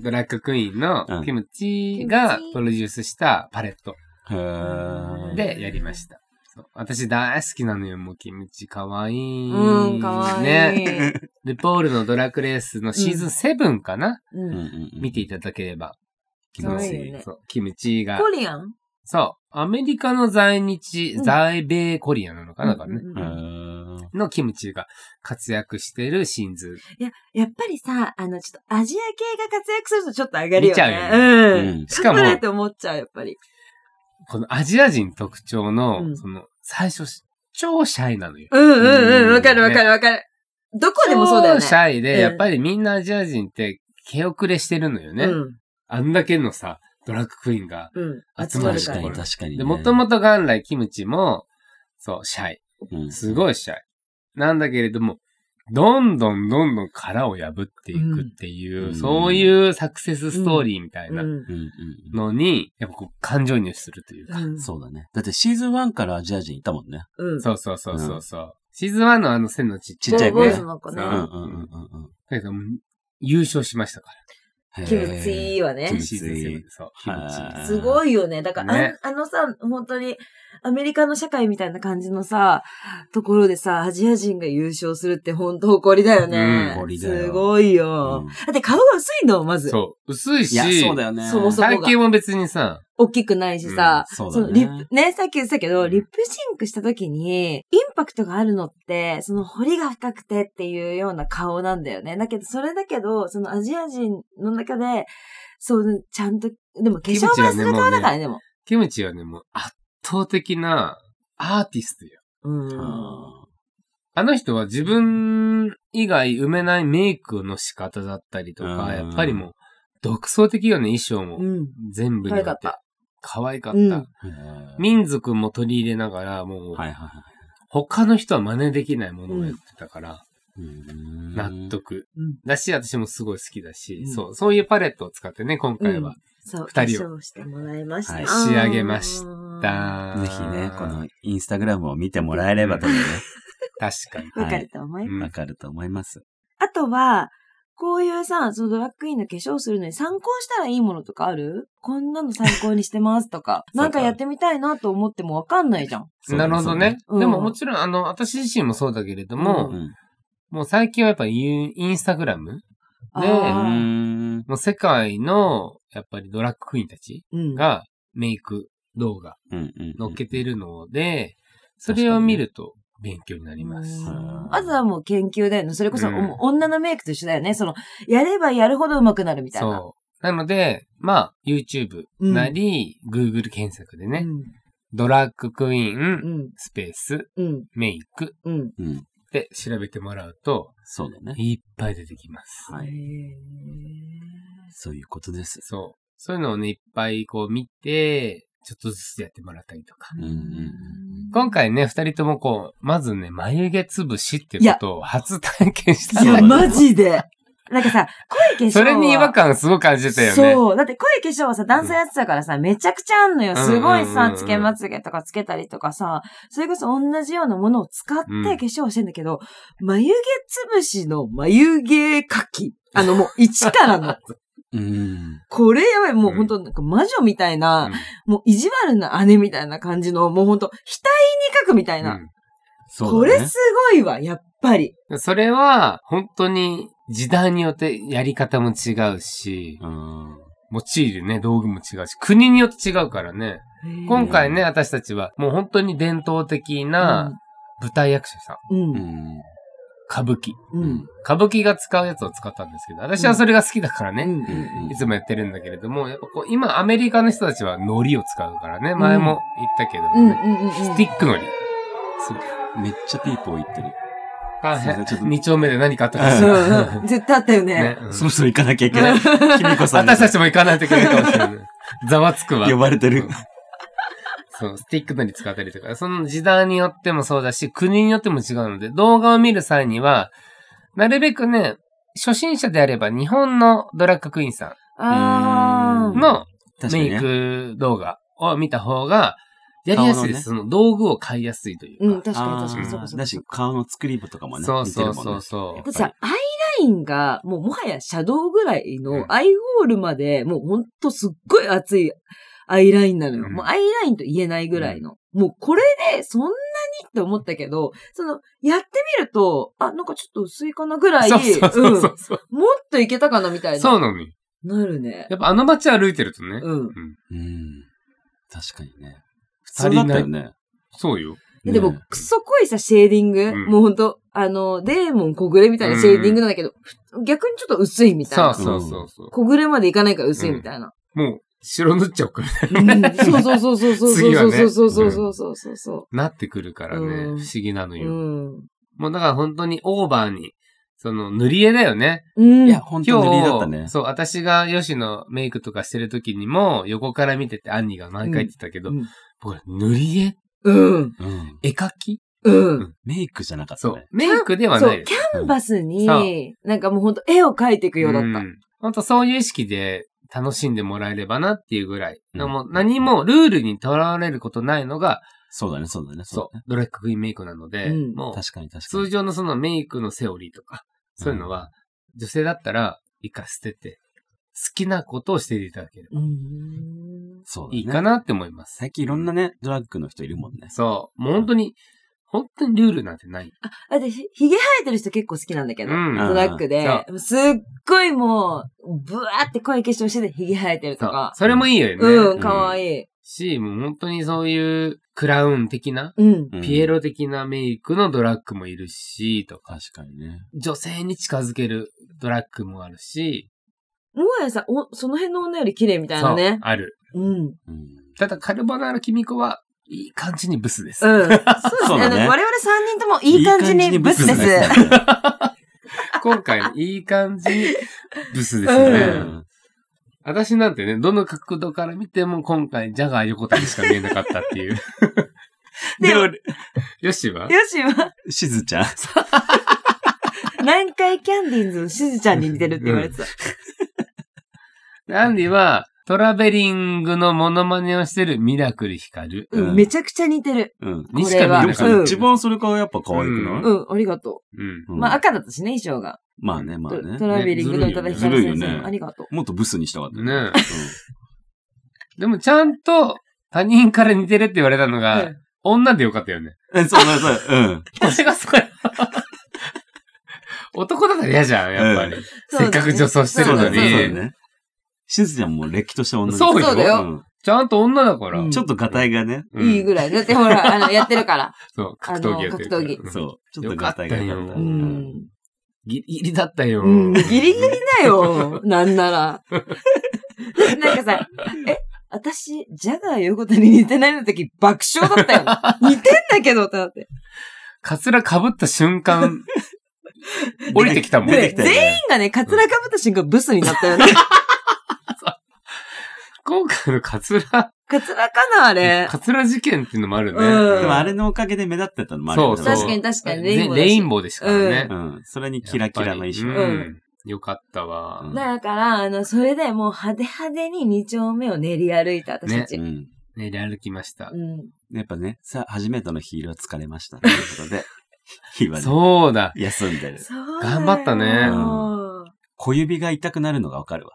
S3: ドラッグクイーン
S1: うん
S3: のキムチがプロデュースしたパレット
S1: へー
S3: でやりました。そう私大好きなのよ、もうキムチかわいい。
S2: うん、かわいい。
S3: ね。ルポールのドラクレースのシーズン7かな、
S1: う
S2: う
S1: んうん
S2: ん。
S1: うん
S3: 見ていただければ。
S1: 気
S2: か
S1: 持
S2: わ
S1: ちい
S2: いい
S1: い
S2: よね
S3: そうキムチが
S2: コ。リアン
S3: そう。アメリカの在日、
S2: うん
S3: 在米コリアなのかな、だからね。
S2: うん
S1: へ
S2: うんうん
S1: ー
S3: のキムチが活躍してるシーンズ。
S2: いや、やっぱりさ、あの、ちょっとアジア系が活躍するとちょっと上がるよね。
S3: 見ちゃう
S1: よね
S2: うん。
S1: うん
S3: しかも
S2: かっこいいなって思っちゃう、やっぱり。
S3: このアジア人特徴の、
S2: うん
S3: その、最初、超シャイなのよ。
S2: うんうんうん、わかるわ
S3: ね
S2: かるわかる。どこでもそうだよね。
S3: 超シャイで、
S2: うん
S3: やっぱりみんなアジア人って、毛遅れしてるのよね。
S2: うん
S3: あんだけのさ、ドラッグクイーンが。
S2: うん。集
S3: 集
S2: ま
S3: ま
S2: る
S3: る
S1: 確か
S2: か。
S1: らに
S3: これ
S1: 確かにね。
S3: で、もともと元来キムチも、そう、シャイ。
S1: うん
S3: すごいシャイ。なんだけれども、どんどんどんどん殻を破っていくってい
S1: う
S3: う、
S1: ん
S3: そういうサクセスストーリーみたいな
S2: うん
S1: うんうんうん
S3: のに、やっぱこう、感情移入するというか。
S2: うん
S1: そうだね。だってシーズン1からアジア人いたもんね。
S2: うん。
S3: そうそうそうそうそう。シーズン1のあの線のちっち
S1: ち
S3: ゃい
S1: っちゃい子
S2: ボ
S1: ね
S2: ーイズの子ね
S1: う
S3: うんん
S1: うんうんうんうん
S3: だけど、優勝しましたか
S1: へー。
S2: キムチーはね
S1: キム
S3: ら。シーズン
S1: チ
S3: 7。そう、キム
S1: は
S3: チ。
S2: すごいよね。だから、あん
S3: ね
S2: あのさ、本当に、アメリカの社会みたいな感じのさ、ところでさ、アジア人が優勝するって本当誇りだよね。
S1: うん誇りだよ
S2: すごい
S1: う
S2: よ、
S1: ん
S2: だって顔が薄いんだもん、まず。
S3: そう、薄い
S1: い
S3: し、
S1: や、そうだよね。
S2: そもそも
S3: 体型も別にさ、
S2: 大きくないしさ。
S1: そう
S2: そ
S1: だ
S2: のリ
S1: ね
S2: ッ。プ、ね、さっき言ってたけど、
S3: うん
S2: リップシンクした時に、インパクトがあるのって、その彫りが深くてっていうような顔なんだよね。だけど、それだけど、そのアジア人の中で、そう、ちゃんと、でも化粧前する顔だからね、でも。
S3: キムチはね、もう圧倒的なアーティストよ。
S2: うん。
S1: あ
S3: あの人は自分以外埋めないメイクの仕方だったりと
S1: うん
S3: か、やっぱりもう、独創的よね、衣装も。
S2: うん。
S3: 全部にお
S2: 可愛
S3: いて。
S2: かった
S3: 可愛かった。
S2: うん
S1: ーへー
S3: 民族も取り入れながら、もう、
S1: はいはいは
S3: 他の人は真似できないものをやってたから、
S1: い。うーん
S3: 納。得。
S2: うん
S3: だし、私もすごい好きだし、
S2: うん
S3: そう、そういうパレットを使ってね、今回は。
S2: そう、
S3: 二人を
S2: 化粧してもらいました。
S1: はい
S3: 仕上げまし
S2: わ
S3: だー
S1: ぜひね、このインスタグラムを見てもらえればとね、
S3: 確かに。
S2: かると思います。
S3: うん
S1: わかると思います。
S2: あとは、こういうさ、そのドラッグクイーンの化粧するのに参考したらいいものとかあるこんなの参考にしてますとか、
S1: そうか
S2: なんかやってみたいなと思ってもわかんないじゃん。
S1: そう
S3: な
S1: だ
S3: るほどね。。
S2: うん
S3: でももちろん、あの、私自身もそうだけれども、
S1: そうだね
S3: もう最近はやっぱインインスタグラム
S2: あ
S1: うん。う
S2: ー
S1: ーん
S3: もう世界の、やっぱりドラッグクイーンたち
S2: うん。
S3: がメイク動画
S1: うんうん
S3: 載っけているので、それを見ると勉強になります。
S2: うんあとはもう研究だよね。それこそ、
S3: うん
S2: もう女のメイクと一緒だよね。その、やればやるほど上手くなるみたいな。
S3: そう。なので、まあ、YouTube なり、Google 検索でね、
S2: うん。
S3: ドラッグクイー
S2: う
S3: ン、
S2: ん。
S3: スペース、
S2: うん。
S3: メイク
S2: うん。
S1: うん。
S3: って調べてもらうと、
S1: そうだね。
S3: いっぱい出てきます。
S1: はい
S2: へー
S1: そういうことです。
S3: そう。そういうのをね、いっぱいこう見て、ちょっとずつやってもらったりとか。
S1: うんうんうん
S3: 今回ね、二人ともこう、まずね、眉毛つぶしっていうことを初体験した
S2: い
S3: の
S2: や、
S1: そうだね
S2: マジで。 なんかさ、濃い化粧は。
S3: それに違和感すごく感じてたよね。
S2: そう。だって濃い化粧はさ、男性やってたからさ、めちゃくちゃあんのよ。
S3: うん
S2: すごい
S3: うんうん
S2: さ
S3: う、ん
S2: つけまつげとかつけたりとかさ、それこそ同じようなものを使って化
S3: うん
S2: 粧してんだけど、眉毛つぶしの眉毛描き。あのもう、一から の。
S1: うん。
S2: これやばい、もう本当なんか魔女みたいな、もう意地悪な姉みたいな感じの、もう本当額に描くみたいな。
S1: そ
S2: こ
S1: うだ
S2: れ
S1: ね。
S2: すごいわ、やっぱり。
S3: うんそれは、本当に、時代によってやり方も違うし、
S1: うん。
S3: 用いるね、道具も違うし、国によって違うからね。今回ね、
S1: うん
S3: 私たちは、もう本当に伝統的な舞台役者さん
S2: うん。
S1: うん。
S3: 歌舞伎。
S2: うんうん
S3: 歌舞伎が使うやつを使ったんですけど、私はそれが好きだからね。
S2: うん
S1: うん
S3: いつもやってるんだけれども、やっぱこう、今アメリカの人たちは海苔を使うからね、前も言ったけど
S2: うんうん
S3: もね、
S2: うんうん
S3: スティック海苔。すごい。
S1: めっちゃピーポー言ってる。
S3: あ、
S1: すいませんちょっと
S3: 二丁目で何かあったか
S1: う
S3: もしれない
S2: うんうん絶対あったよね。
S3: ねうん
S1: そろそろ行かなきゃいけない。きみこさんが
S3: 私たちも行かないといけないかもしれない。ざわつくわ。
S1: 呼ばれてる。
S3: そう、スティックのり使ったりとか、その時代によってもそうだし、国によっても違うので、動画を見る際には、なるべくね、初心者であれば日本のドラッグクイーンさ
S2: あ
S1: う
S3: ん
S1: ん
S2: あ。、
S3: の
S1: 確か
S3: メ
S1: に
S3: イ
S1: ね。
S3: ク動画を見た方が、やりやすいです。その道具を買いやすいといううんか。
S2: 確かに確か
S1: あ
S2: に、
S1: ー
S2: そうかそうか
S1: だし、顔の作り部とかもね、
S3: そう
S1: 似て
S3: そ
S1: る
S3: う
S1: もん
S3: そ
S1: ね
S3: う。そう。
S2: だってさ、アイラインが、もうもはやシャドウぐらい
S3: うん
S2: の、アイウォールまで、もうほんとすっごい熱いアイラインなのよ。
S3: うん
S2: もうアイラインと言えないぐらいの。もうこれで、そんなにって思ったけど、その、やってみると、あ、なんかちょっと薄いかなぐらい、
S3: そうそうそううんそうそう。
S2: もっといけたかなみたいな。
S3: そうなのよ。
S2: なるね。
S3: やっぱあの街歩いてるとね。
S2: うん。
S1: うん。確かにね。普
S3: 足
S1: 通
S3: りな
S1: だ
S3: い
S1: ったよね。
S3: そうよ。
S1: ね
S2: でも、クソ濃いさ、シェーディング。
S3: ん
S2: もうほんと、あの、デーモン小暮みたいなシェーディングなんだけど、ふ逆にちょっと薄いみたい
S3: そ
S2: な
S3: う。そうそうそう。
S2: 小暮までいかないから薄いみた いな。
S3: もう、白塗っちゃおうか。
S2: うんそうそうそうそうそう
S3: 次はね
S2: そうそうそうそうそうそうそ
S3: なってくるからね。
S2: うん
S3: 不思議なの
S2: う。
S3: よ。
S2: うん。
S3: もうだから本当にオーバーに、その塗り絵だよね。
S2: うん。
S1: いや、本当
S3: 今
S1: に塗りだったね
S3: 日、。そう、私がヨシのメイクとかしてる時にも、横から見てて、アンニが毎回言ってたけど、
S2: うん
S3: これ塗り絵
S2: うん。
S1: うん。
S3: 絵描き
S2: うん。
S1: メイクじゃなかった
S3: そう
S1: ね。。
S3: メイクでは
S2: そ、
S3: ないうです。
S2: キャンバス
S3: そ
S2: に、なんかもうほんと絵を描いていくようだった。
S3: ん。本当そういう意識で楽しんでもらえればなっていうぐらい。
S1: うん
S3: でも何もルールにとらわれることないのが、
S1: そうだね、そうだね。
S3: そ
S1: そう
S3: う、ドラッグクイーンメイクなので、
S2: うん
S1: だ
S3: も
S1: ね。
S3: う
S1: 確かに確か
S3: 通
S1: に。
S3: 常のそのメイクのセオリーとか、そういうのは、女性だったら一回捨てて、好きなことをしていただければ
S2: うん。
S1: そうだね。
S3: いいかなって思います。
S1: 最近いろんなね、ドラッグの人いるもんね。
S3: そう。もう本当に、本当にルールなんてない。
S2: あ、で、ひひげ生えてる人結構好きなんだけど。
S3: うん
S2: トラックで
S3: うん、
S2: すっごいもう、ブワーって濃い化粧してて、髭生えてると
S3: そう
S2: か。
S3: それもいいよね。
S2: うん、かわいい。
S3: し、もう本当にそういうクラウン的な、
S2: うん。
S1: うん
S3: ピエ。ロ的なメイクのドラッグもいるし、とか、
S1: 確かにね。
S3: 女性に近づけるドラッグもあるし、
S2: もはやさ、お、その辺の女より綺麗みたい
S3: そ
S2: な
S3: う
S2: ね、。
S3: ある。
S2: うん。
S1: うん。
S3: ただ、カルボナーラキミコは、いい感じにブスです。
S2: うん。そうですね。
S1: そうだ
S2: あの、
S1: ね
S2: 我々三人ともいい感じにブスです。
S1: いい感じにブスね
S3: 今回、いい感じにブスです
S1: う
S3: ね。
S1: ん
S3: 私なんてね、どの角度から見ても今回、ジャガー横田にしか見えなかったっていう。
S2: で
S1: で
S2: も
S1: も、
S3: よしは
S2: よしは、
S1: しずちゃん。
S2: 南海キャンディーズのしずちゃんに似てるって言われてた。
S3: でアンディは、トラベリングのモノマネをしてるミラクルヒカル。
S2: う、
S1: うんん
S2: めちゃくちゃ似てる。
S1: うん。
S3: にしか見え
S1: で
S3: な
S1: も
S3: か
S1: さ、
S2: うん
S3: った。
S1: 一番それからやっぱ可愛くない
S2: うん、ありがと
S3: うん。
S2: う。
S1: うん
S2: まあ、赤だったしね、衣装が。
S1: まあね、まあ
S2: トト
S1: ね。
S2: ラベリングのただひかる
S1: ずる
S2: 先
S1: いよ
S2: 生
S1: ね
S2: ありがとう。
S1: もっとブスにしたかったよ
S3: ねでもちゃんと、他人から似てるって言われたのが、
S2: うん
S3: 女でよかったよね。
S1: うん。えそうそうそう。うん。
S3: 俺がそれ。 男だったら嫌じゃん、やっぱり。
S1: うん
S2: そうだね
S3: せっかく女装して
S1: そ
S3: る
S1: う
S3: の
S1: だね。そう
S3: に。
S1: だね。しずちゃんもれっきとした女
S3: そうよ
S2: そうだよ
S1: ん
S3: ちゃんと女だから。
S2: うん
S1: ちょっとガタイがね。
S3: うん
S2: いいぐらい。だってほら、あの、やってるから。
S3: そう、格闘技やってるから。
S2: あの格闘
S3: うん
S1: そう。ちょっとガタイが
S3: よかったよ
S2: う
S1: うんん。
S3: ギリギリだったよ。
S2: うん、ギリギリだよ。なんなら。 なんかさ、え、私、ジャガー言うことに似てないの時爆笑だったよ。似てんだけどってなって。
S3: カツラ被った 瞬間、降りてきたもん。
S1: 出てきたよ
S2: 全員
S1: ね。
S2: がね、カツラかぶった瞬間ブスになったよね。
S3: 今回のカツラ、
S2: カツラかなあれ。
S3: カツラ事件っていうのもあるね。
S2: うん
S1: でもあれのおかげで目立ってたのもあるよね
S3: そう
S2: 確かに確かに、レインボーだ
S3: レイ
S2: し
S3: ンボーでしたからね。
S1: うん。それにキラキラの衣
S3: やっ
S1: 装。
S3: ぱり
S2: う
S3: うん。よかったわ。
S1: うん
S2: だから、あの、それでもう派手派手に二丁目を練り歩いた私たち。
S1: うん。
S3: ね、で歩きました
S2: う。ん。
S1: やっぱね、さ、初めてのヒールは疲れました。ということで、ヒールはね、
S3: そうだ。
S1: 休んでる。
S2: そう。
S3: 頑張ったね
S1: 小指が痛くなるのがわかるわ。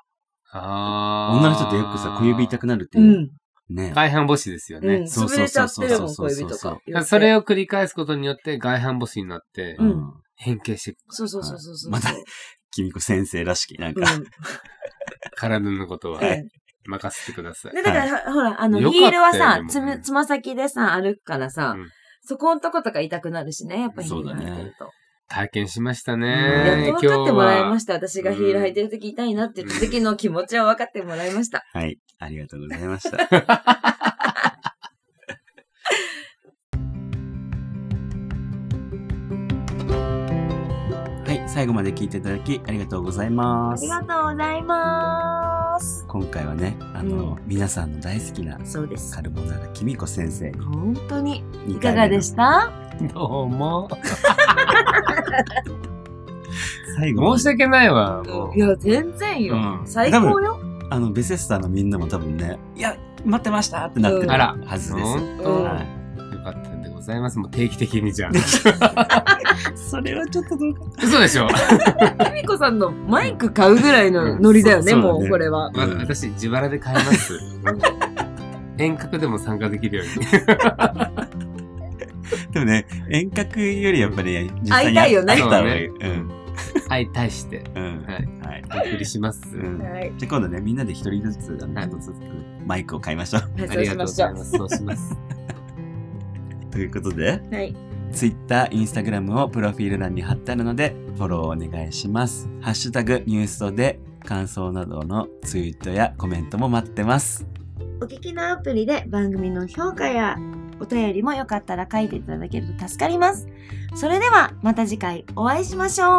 S3: あー
S1: 女の人ってよくさ、小指痛くなるって
S2: う
S1: いう。
S2: ん。
S1: ね。
S3: 外反母趾ですよ
S2: うん。
S3: ね。
S1: そう
S2: 潰
S1: そ
S2: れ
S1: う
S2: ちゃ
S1: そうそ
S2: って
S1: う
S2: るもん、小指とか。
S3: それ
S2: を。
S3: を繰り返すことによって外反母趾になって
S2: うん
S3: 変形していく
S2: そうそうそうそうそう。
S1: また君子先生らしき、なん
S2: うん
S1: か。
S3: 体のことは
S2: はい
S3: 任せてください。
S2: で、だから、ほ ら、あの、
S3: よかった
S2: ヒ
S3: よ
S2: ールはさ
S3: で、も
S2: つむ、つま先でさ、歩くからさ
S3: うん、
S2: そこんとことか痛くなるしね、やっぱヒール
S1: そうだね
S2: 履いてると。
S3: 体験しました
S2: やっ
S3: ね。
S2: と分かってもらいま
S3: し
S2: した。私がヒール履いてる時痛いなって言った時の気持ちは分かってもらいました。
S1: はい。ありがとうございま した。はい。最後まで聞いていただき、ありがとうございま
S2: あ
S1: す
S2: り。がとうございます。
S1: 今回はね、あの、皆さんの大好きな
S2: そうです。
S1: カルボナーラキミコ先生に
S2: 本当に。い
S1: 2回
S2: か
S1: 目の
S2: がでした
S3: た。どうも。
S1: 最後ま
S3: 申
S1: で
S3: し訳ないわ。もう
S2: いや、全然よ。
S3: うん
S2: 最高よ。
S1: あの、ベセスタのみんなも多分ね、いや、待ってましたってなってる
S2: うん
S3: あら
S1: はずです。
S3: 本当、
S2: うん
S1: は
S3: よかったんでございます。もう定期的にじゃあ。
S1: い。それはちょっとどうかな。
S3: 嘘でしょ、
S2: 恵美子さんのマイク買うぐらいのノリだよね、
S1: うんそうそう
S2: も
S1: だ
S2: う、
S1: ね
S2: これは。
S3: まあ私、自腹で買います。遠隔でも参加できるように。
S1: でもね、遠隔よりやっぱり、実
S2: 会いたいよね
S1: 会った方がいい
S3: そう
S1: う
S3: ね
S1: ん。
S3: はい、対して、
S1: うん。
S3: は
S1: はいい。はい。
S3: お送りします。
S1: うん。じゃ
S2: はい。
S1: あ今度ね、みんなで一人ずつ、あの
S3: はい
S1: 一つずつマイクを買いましょう。
S2: はい
S3: あ
S2: そう
S3: り
S2: し
S3: がとう
S2: ま
S3: ご
S2: しょ。
S3: ざいうます。そうします。
S1: ということで、
S2: はい。
S1: Twitter、Instagram をプロフィール欄に貼ってあるので、フォローお願いします。ハッシュタグニュースとで、感想などのツイートやコメントも待ってます。
S2: お聞きのアプリで番組の評価やお便りもよかったら書いていただけると助かります。それではまた次回お会いしましょう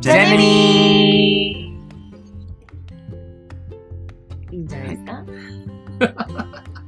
S1: じゃあねみー
S2: いいんじゃないですか